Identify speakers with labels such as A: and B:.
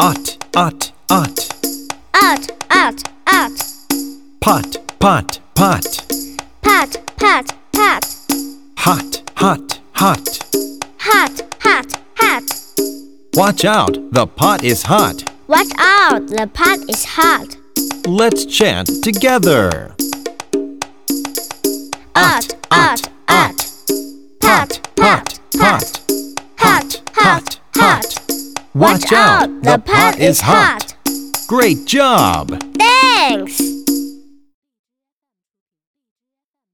A: Ot, ot, ot.
B: Ot, ot, ot.
A: Pot, pot, pot.
B: Pat, pat, pat.
A: Hot, hot, hot.
B: Hot, hot, hot.
A: Watch out, the pot is hot.
B: Watch out, the pot is hot.
A: Let's chant together.
B: Ot, ot, ot. Pat, pat, pat. Hot, hot, hot.
A: Watch out, the pot is hot. Great job!
B: Thanks.